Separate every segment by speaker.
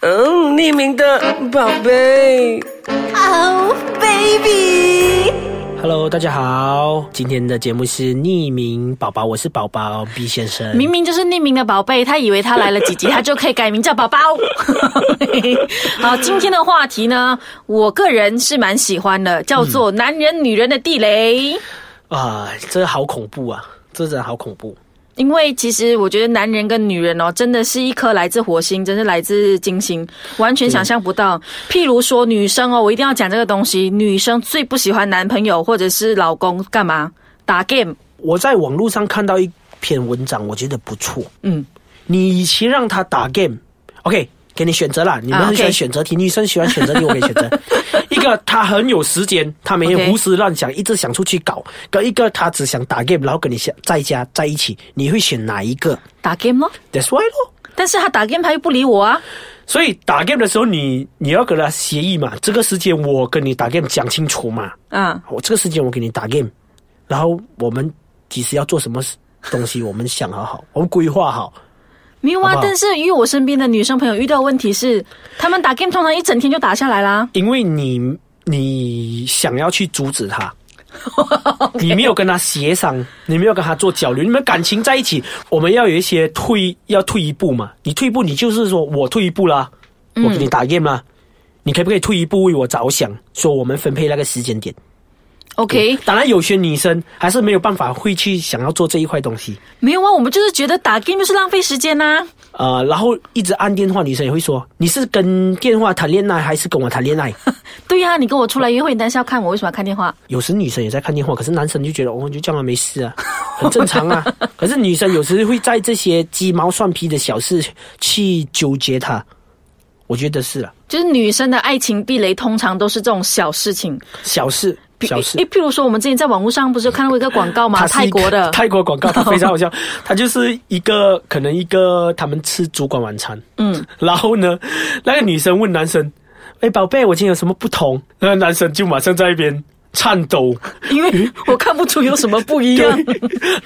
Speaker 1: 嗯，匿名的宝贝。
Speaker 2: Oh baby，
Speaker 3: Hello，大家好，今天的节目是匿名宝宝，我是宝宝 B 先生。
Speaker 2: 明明就是匿名的宝贝，他以为他来了几集，他就可以改名叫宝 宝。好，今天的话题呢，我个人是蛮喜欢的，叫做“男人女人的地雷”
Speaker 3: 啊，这好恐怖啊，这真的好恐怖。
Speaker 2: 因为其实我觉得男人跟女人哦，真的是一颗来自火星，真是来自金星，完全想象不到。譬如说女生哦，我一定要讲这个东西，女生最不喜欢男朋友或者是老公干嘛打 game，
Speaker 3: 我在网络上看到一篇文章，我觉得不错。
Speaker 2: 嗯，
Speaker 3: 你与其让他打 game，OK，、给你选择啦。你们
Speaker 2: 啊
Speaker 3: 很喜欢
Speaker 2: OK
Speaker 3: 选择题，女生喜欢选择题，我可以选 择。一个他很有时间，他每天
Speaker 2: OK
Speaker 3: 胡思乱想一直想出去搞；跟一个他只想打 game，然后跟你想在家在一起，你会选哪一个
Speaker 2: 打 game 咯。
Speaker 3: ？That's why 咯。
Speaker 2: 但是他打 game 他又不理我啊，
Speaker 3: 所以打 game 的时候你，你要跟他协议嘛，这个时间我跟你打 game 讲清楚嘛，
Speaker 2: 啊，
Speaker 3: 我这个时间我给你打 game，然后我们几时要做什么东西，我们想好好，我们规划好。
Speaker 2: 没有啊。
Speaker 3: 好不好
Speaker 2: 但是因为我身边的女生朋友遇到问题是，她们打 game 通常一整天就打下来啦。
Speaker 3: 因为你你想要去阻止他。你没有跟他协商，你没有跟他做交流，你们感情在一起，我们要有一些退，要退一步嘛。你退一步，你就是说我退一步啦，我给你打 game 啦，你可不可以退一步为我着想？说我们分配那个时间点。
Speaker 2: OK，
Speaker 3: 当然有些女生还是没有办法会去想要做这一块东西，
Speaker 2: 没有啊，我们就是觉得打 game 就是浪费时间啊呐、
Speaker 3: 呃，然后一直按电话，女生也会说你是跟电话谈恋爱还是跟我谈恋爱？
Speaker 2: 对呀、你跟我出来约会，你但是要看我为什么要看电话？
Speaker 3: 有时女生也在看电话，可是男生就觉得哦，就这样啊，没事啊，很正常啊。可是女生有时会在这些鸡毛蒜皮的小事去纠结他，我觉得是了、啊
Speaker 2: 就是女生的爱情地雷通常都是这种小事情，
Speaker 3: 小事小事
Speaker 2: 诶，。譬如说我们之前在网络上不是有看到过一个广告嘛，
Speaker 3: 是
Speaker 2: 泰
Speaker 3: 一个
Speaker 2: 国的，
Speaker 3: 泰国广告，它非常好 笑。它就是一个可能一个他们吃烛光晚餐，嗯，然后呢，那个女生问男生：“哎，宝贝，我今天有什么不同？”那个男生就马上在一边颤抖，
Speaker 2: 因
Speaker 3: 嗯
Speaker 2: 为我看不出有什么不一 样。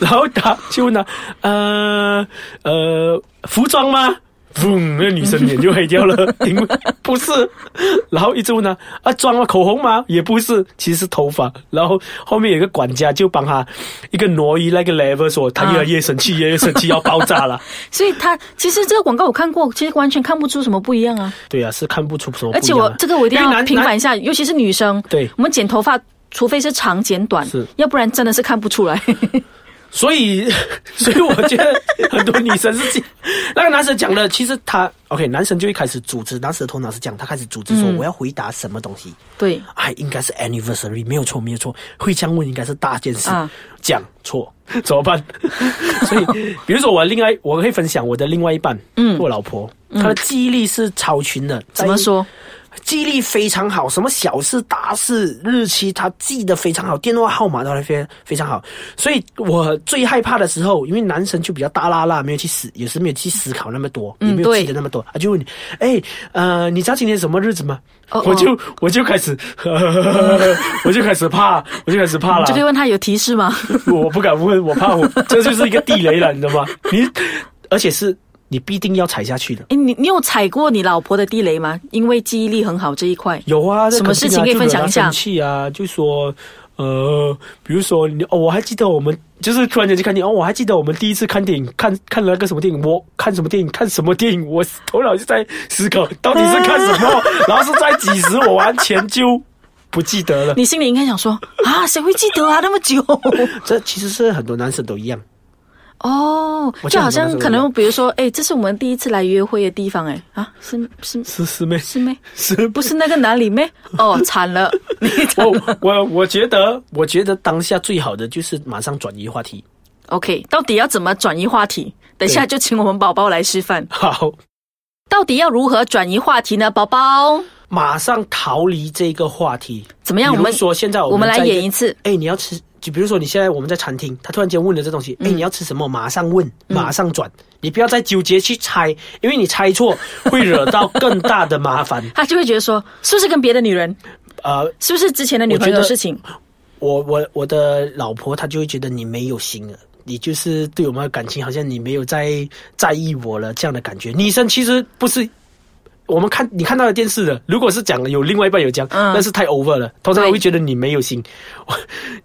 Speaker 3: 然后他就问他：“呃呃，服装吗？”嗡，嗯那女生脸就黑掉了，因为不是。 然后一直问他：“啊，妆吗？口红吗？”也不是，其实是头发。然后后面有一个管家就帮他一个挪移那个 level，说他越来越生气，越来越生气，要爆炸 了。
Speaker 2: 所以他其实这个广告我看过，其实完全看不出什么不一样啊。
Speaker 3: 对啊，是看不出什么不一样啊。
Speaker 2: 而且我这个我一定
Speaker 3: 因为
Speaker 2: 要
Speaker 3: 男
Speaker 2: 平反
Speaker 3: 男
Speaker 2: 一下，尤其是女生，
Speaker 3: 对
Speaker 2: 我们剪头发，除非是长剪短
Speaker 3: 是，
Speaker 2: 要不然真的是看不出来。
Speaker 3: 所以， 所以我觉得很多女生是这 样。那个男生讲的，其实他 OK，男生就会开始组织，男生的头脑是这样，他开始组织说、
Speaker 2: 嗯
Speaker 3: 我要回答什么东西。
Speaker 2: 对，
Speaker 3: 哎，应该是 anniversary，没有错，没有错。会这样问应该是大件事，
Speaker 2: 啊
Speaker 3: 讲错 怎么 办？所以，比如说我另外，我会分享我的另外一半，嗯，我老婆，她的记忆力是超群的。
Speaker 2: 怎么
Speaker 3: 在
Speaker 2: 说？
Speaker 3: 记忆力非常好，什么小事大事日期他记得非常好，电话号码都非非常好。所以我最害怕的时候，因为男生就比较大啦啦，没有去思，有时没有去思考那么多，也
Speaker 2: 嗯
Speaker 3: 没有记
Speaker 2: 对
Speaker 3: 得那么多，他就问你，哎，呃，你知道今天什么日子吗？
Speaker 2: 哦哦
Speaker 3: 我就我就开始， 我就开始怕，我就开始怕了。
Speaker 2: 你就可以问他有提示吗？
Speaker 3: 我不敢问，我怕我，这就是一个地雷了，你知道吗？你而且是你必定要踩下去的。
Speaker 2: 哎，你你有踩过你老婆的地雷吗？因为记忆力很好这一块。
Speaker 3: 有啊，
Speaker 2: 什么事情可以分享一下
Speaker 3: 生气啊，就说呃，比如说你哦，我还记得我们就是突然间就看电影哦，我还记得我们第一次看电影，看看了那个什么电影，我看什么电影，看什么电影，我头脑就在思考到底是看什么，然后是在几时，我完全就不记得了。
Speaker 2: 你心里应该想说 啊，谁会记得啊那么久？
Speaker 3: 这其实是很多男生都一样，
Speaker 2: 哦，
Speaker 3: 我记
Speaker 2: 就
Speaker 3: 得
Speaker 2: 好
Speaker 3: 很多那时
Speaker 2: 像
Speaker 3: 候
Speaker 2: 可能比如说，哎，这是我们第一次来约会的地方，哎啊，是是
Speaker 3: 是是妹，
Speaker 2: 是咩？
Speaker 3: 是
Speaker 2: 不是那个哪里咩？哦，惨了， 你惨了。
Speaker 3: 我我我觉得，我觉得当下最好的就是马上转移话题。
Speaker 2: OK，到底要怎么转移话题？等一下就请我们宝宝来示范，
Speaker 3: 好，
Speaker 2: 到底要如何转移话题呢？宝宝，
Speaker 3: 马上逃离这个话题。
Speaker 2: 怎么样？
Speaker 3: 比
Speaker 2: 我
Speaker 3: 如
Speaker 2: 们
Speaker 3: 说现在我
Speaker 2: 我们来
Speaker 3: 在
Speaker 2: 演一次。
Speaker 3: 哎，你要吃，就比如说你现在我们在餐厅，他突然间问了这东
Speaker 2: 嗯
Speaker 3: 西，哎，你要吃什么？马上问，马上转，你不要再纠结去猜，因为你猜错会惹到更大的麻烦。
Speaker 2: 他就会觉得说，是不是跟别的女人？
Speaker 3: 呃，
Speaker 2: 是不是之前的女朋友的事情？
Speaker 3: 我我我的老婆她就会觉得你没有心了。你就是对我们的感情，好像你没有在在意我了这样的感觉。女生其实不是我们看你看到的电视的，如果是讲有另外一半有讲，
Speaker 2: 嗯
Speaker 3: 但是太 over 了，通常
Speaker 2: 对
Speaker 3: 会觉得你没有心，我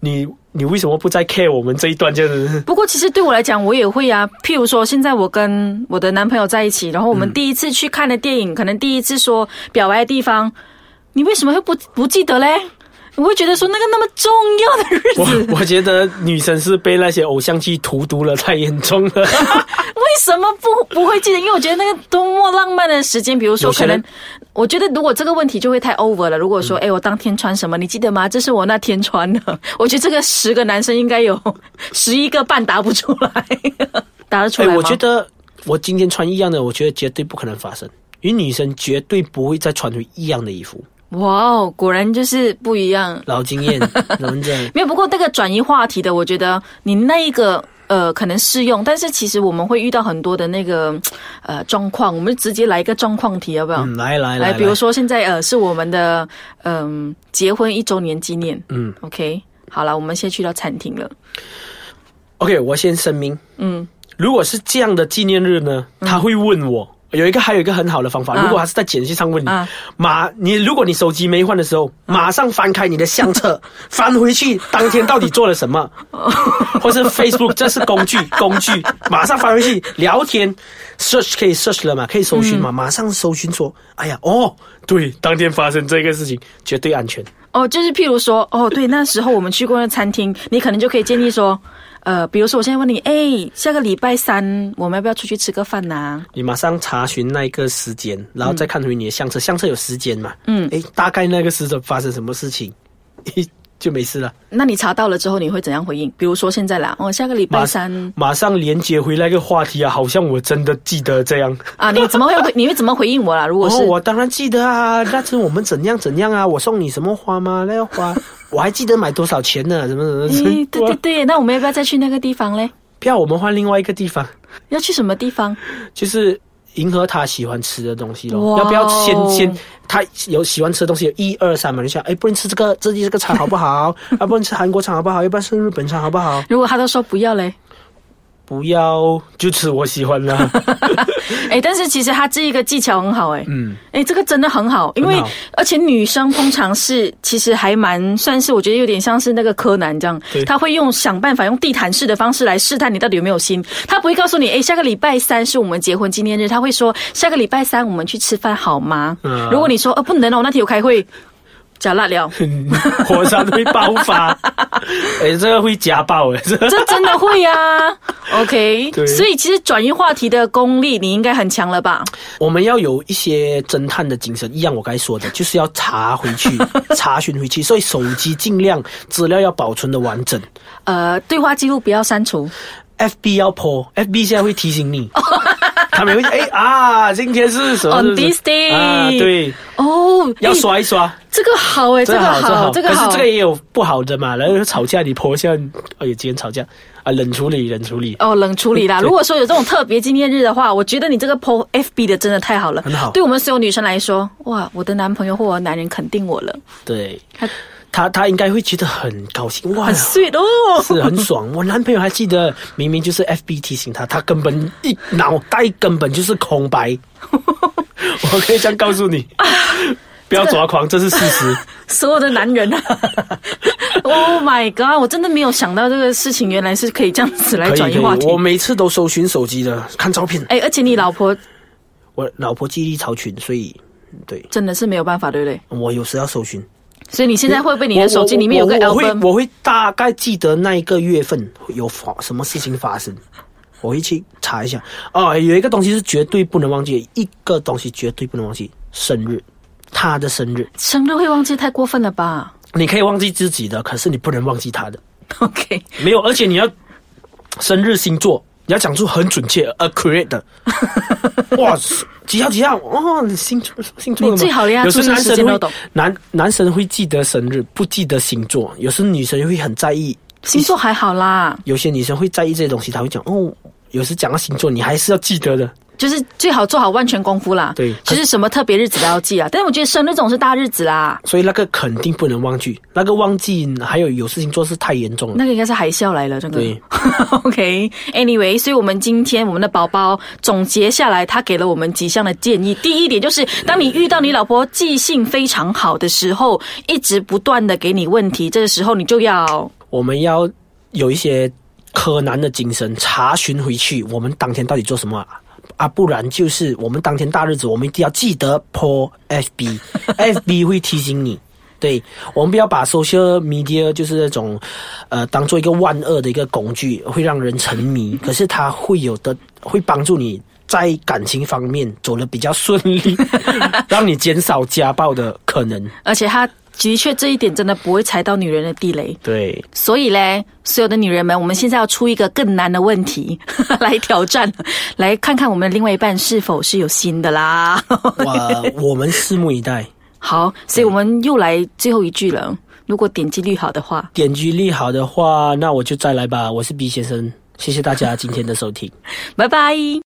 Speaker 3: 你你为什么不再 care 我们这一段这样子？
Speaker 2: 不过其实对我来讲，我也会啊。譬如说，现在我跟我的男朋友在一起，然后我们第一次去看的电影，可能第一次说表白的地方，你为什么会不不记得嘞？我会觉得说那个那么重要的日子，
Speaker 3: 我我觉得女生是被那些偶像剧荼毒了太严重了。
Speaker 2: 为什么不不会记得？因为我觉得那个多么浪漫的时间，比如说
Speaker 3: 有些
Speaker 2: 可能
Speaker 3: 人，嗯
Speaker 2: 我觉得如果这个问题就会太 over 了。如果说，哎、我当天穿什么，你记得吗？这是我那天穿的。 我觉得这个十个男生应该有 十一个半答不出来， 答 得出
Speaker 3: 哎、
Speaker 2: 来吗？
Speaker 3: 我觉得我今天穿一样的，我觉得绝对不可能发生，因为女生绝对不会再穿回一样的衣服。
Speaker 2: 哇哦，果然就是不一样。
Speaker 3: 老经 验，老人家
Speaker 2: 没有，不过那个转移话题的，我觉得你那一个呃可能适用，但是其实我们会遇到很多的那个呃状况，我们直接来一个状况题，要不要？
Speaker 3: 嗯，来来
Speaker 2: 来，
Speaker 3: 来，
Speaker 2: 比如说现在呃是我们的嗯、结婚一周年纪念
Speaker 3: 嗯
Speaker 2: ，OK，好了，我们先去到餐厅了，
Speaker 3: ，OK，我先声明，
Speaker 2: 嗯，
Speaker 3: 如果是这样的纪念日呢，他会问我。有一个，还有一个很好的方法，
Speaker 2: 啊
Speaker 3: 如果他是在简讯上问你
Speaker 2: 啊，
Speaker 3: 马你如果你手机没换的时候，马上翻开你的相 册，翻回去当天到底做了什么，
Speaker 2: 哦
Speaker 3: 或是 Facebook，这是工具工具，马上翻回去聊天，search 可以 search 了嘛，可以搜寻
Speaker 2: 嗯
Speaker 3: 嘛，马上搜寻说，哎呀，哦，对，当天发生这个事情绝对安全，
Speaker 2: 哦，就是譬如说，哦，对，那时候我们去过那餐厅，你可能就可以建议说，呃，比如说我现在问你，哎，下个礼拜三我们要不要出去吃个饭呐、啊
Speaker 3: 你马上查询那一个时间，然后再看回你的相册，相册有时间嘛？嗯，诶，大概那个时候发生什么事情， 就没事了。
Speaker 2: 那你查到了之后，你会怎样回应？比如说现在啦，哦，下个礼拜
Speaker 3: 马
Speaker 2: 三
Speaker 3: 马上连接回那个话题啊，好像我真的记得这样。
Speaker 2: 啊，你怎么会回？ 你会怎么回应我啦？如果
Speaker 3: 哦
Speaker 2: 是、，
Speaker 3: 我当然记得啊，那次我们怎样怎样啊，我送你什么花吗？那个花 我还记得买多少钱呢？什么什么？
Speaker 2: 诶，嗯对对
Speaker 3: 哇，
Speaker 2: 对，那我们要不要再去那个地方嘞？
Speaker 3: 不要，我们换另外一个地方，
Speaker 2: 要去什么地方？
Speaker 3: 就是。迎合他喜欢吃的东西咯，
Speaker 2: 哇哦
Speaker 3: 要不要先先他有喜欢吃的东西有一二三嘛？你想，哎，不能吃这个，这这个餐好不好？ 要不然吃韩国餐好不好？要不然吃日本餐好不好？
Speaker 2: 如果他都说不要嘞，
Speaker 3: 不要就吃我喜欢的 啊。
Speaker 2: 哎，但是其实他这一个技巧很好，哎，
Speaker 3: 嗯，
Speaker 2: 哎，这个真的很好，因为
Speaker 3: 很好
Speaker 2: 而且女生通常是其实还蛮算是，我觉得有点像是那个柯南这样
Speaker 3: 对，
Speaker 2: 他会用想办法用地毯式的方式来试探你到底有没有心。他不会告诉你，哎，下个礼拜三是我们结婚纪念日，他会说下个礼拜三我们去吃饭好吗？
Speaker 3: 嗯
Speaker 2: 如果你说呃不能哦，那天有开会，加辣 了。
Speaker 3: 火山会爆发， 哎、这个会家暴哎、这个
Speaker 2: 这真的会呀、OK，
Speaker 3: 对
Speaker 2: 所以其实转移话题的功力你应该很强了吧？
Speaker 3: 我们要有一些侦探的精神，一样我该说的，就是要查回去， 查询回去，所以手机尽量资料要保存的完整。
Speaker 2: 呃，对话记录不要删除。
Speaker 3: FB 要 po，FB 现在会提醒你， 他们会哎、啊，今天是什么
Speaker 2: On
Speaker 3: 日子
Speaker 2: this day
Speaker 3: 啊，对，
Speaker 2: 哦，
Speaker 3: 要
Speaker 2: 诶
Speaker 3: 刷一刷，
Speaker 2: 这个好哎、
Speaker 3: 这
Speaker 2: 这个
Speaker 3: 个好，
Speaker 2: 好，
Speaker 3: 这
Speaker 2: 这
Speaker 3: 个
Speaker 2: 个
Speaker 3: 好。可
Speaker 2: 好，
Speaker 3: 是这个也有不好的嘛，然后吵架你 po 一下，哎呀，今天吵架啊，冷处理，冷处理。
Speaker 2: 哦，冷处理啦。
Speaker 3: 对
Speaker 2: 如果说有这种特别纪念日的话，我觉得你这个 PO FB 的真的太好了，
Speaker 3: 很好
Speaker 2: 对我们所有女生来说，哇，我的男朋友或我男人肯定我了，
Speaker 3: 对
Speaker 2: 他
Speaker 3: 他，他应该会觉得很高兴，哇
Speaker 2: 很，sweet 哦。
Speaker 3: 哎是很爽。我男朋友还记得，明明就是 FB 提醒他，他根本一脑袋根本就是空 白。我可以这样告诉你，不要抓狂，这是事实。
Speaker 2: 所有的男人 啊，Oh my god！我真的没有想到这个事情原来是可以这样子来
Speaker 3: 可以可
Speaker 2: 哎转移
Speaker 3: 以
Speaker 2: 话，题。
Speaker 3: 我每次都搜寻手机的，看照片。
Speaker 2: 哎，而且你老婆
Speaker 3: 我老婆记忆力超群，所以对
Speaker 2: 真的是没有办法，对不对？
Speaker 3: 我有时要搜寻。
Speaker 2: 所以你现在会不会你的
Speaker 3: 我
Speaker 2: 手机里面有个
Speaker 3: 我我我会
Speaker 2: album？
Speaker 3: 我会大概记得那一个月份有发什么事情发生，我会去查一下。哦，有一个东西是绝对不能忘记，一个东西绝对不能忘记，生日，他的生日，
Speaker 2: 生日会忘记太过分了吧
Speaker 3: 你可以忘记自己的，可是你不能忘记他的。
Speaker 2: ？OK，
Speaker 3: 没有，而且你要生日星座，你要讲出很准确，accurate 呃 的。哇，几号几号？哦，你星座星座了吗
Speaker 2: 你最好了呀
Speaker 3: 有时
Speaker 2: 出生
Speaker 3: 男
Speaker 2: 时间
Speaker 3: 生
Speaker 2: 都
Speaker 3: 会
Speaker 2: 懂
Speaker 3: 男男生会记得生日，不记得星座。有时女生会很在意，
Speaker 2: 星座还好啦。
Speaker 3: 有些女生会在意这些东西，她会讲哦。有时讲到星座，你还是要记得的。
Speaker 2: 就是最好做好万全功夫啦。
Speaker 3: 对
Speaker 2: 其实什么特别日子都要记啊，但是我觉得生日总是大日子啦，
Speaker 3: 所以那个肯定不能忘记，那个忘记还有有事情做是太严重了。
Speaker 2: 那个应该是海啸来了，这个。
Speaker 3: 对
Speaker 2: OK，Anyway，、所以我们今天我们的宝宝总结下来，他给了我们几项的建议。第一点就是，当你遇到你老婆记性非常好的时候，一直不断的给你问题，这个时候你就要
Speaker 3: 我们要有一些柯南的精神，查询回去我们当天到底做什么啊。啊，不然就是我们当天大日子，我们一定要记得 po FB，FB 会提醒你。对，我们不要把 social media 就是那种，呃，当做一个万恶的一个工具，会让人沉迷。可是它会有的，会帮助你在感情方面走得比较顺 利，让你减少家暴的可能。
Speaker 2: 而且他的确这一点真的不会踩到女人的地雷。
Speaker 3: 对，
Speaker 2: 所以嘞，所有的女人们，我们现在要出一个更难的问题 来挑战，来看看我们的另外一半是否是有新的啦。
Speaker 3: 我我们拭目以待。
Speaker 2: 好，所以我们又来最后一句了。如果点击率好的话，
Speaker 3: 点击率好的话，那我就再来吧。我是 B 先生，谢谢大家今天的收听。
Speaker 2: 拜拜。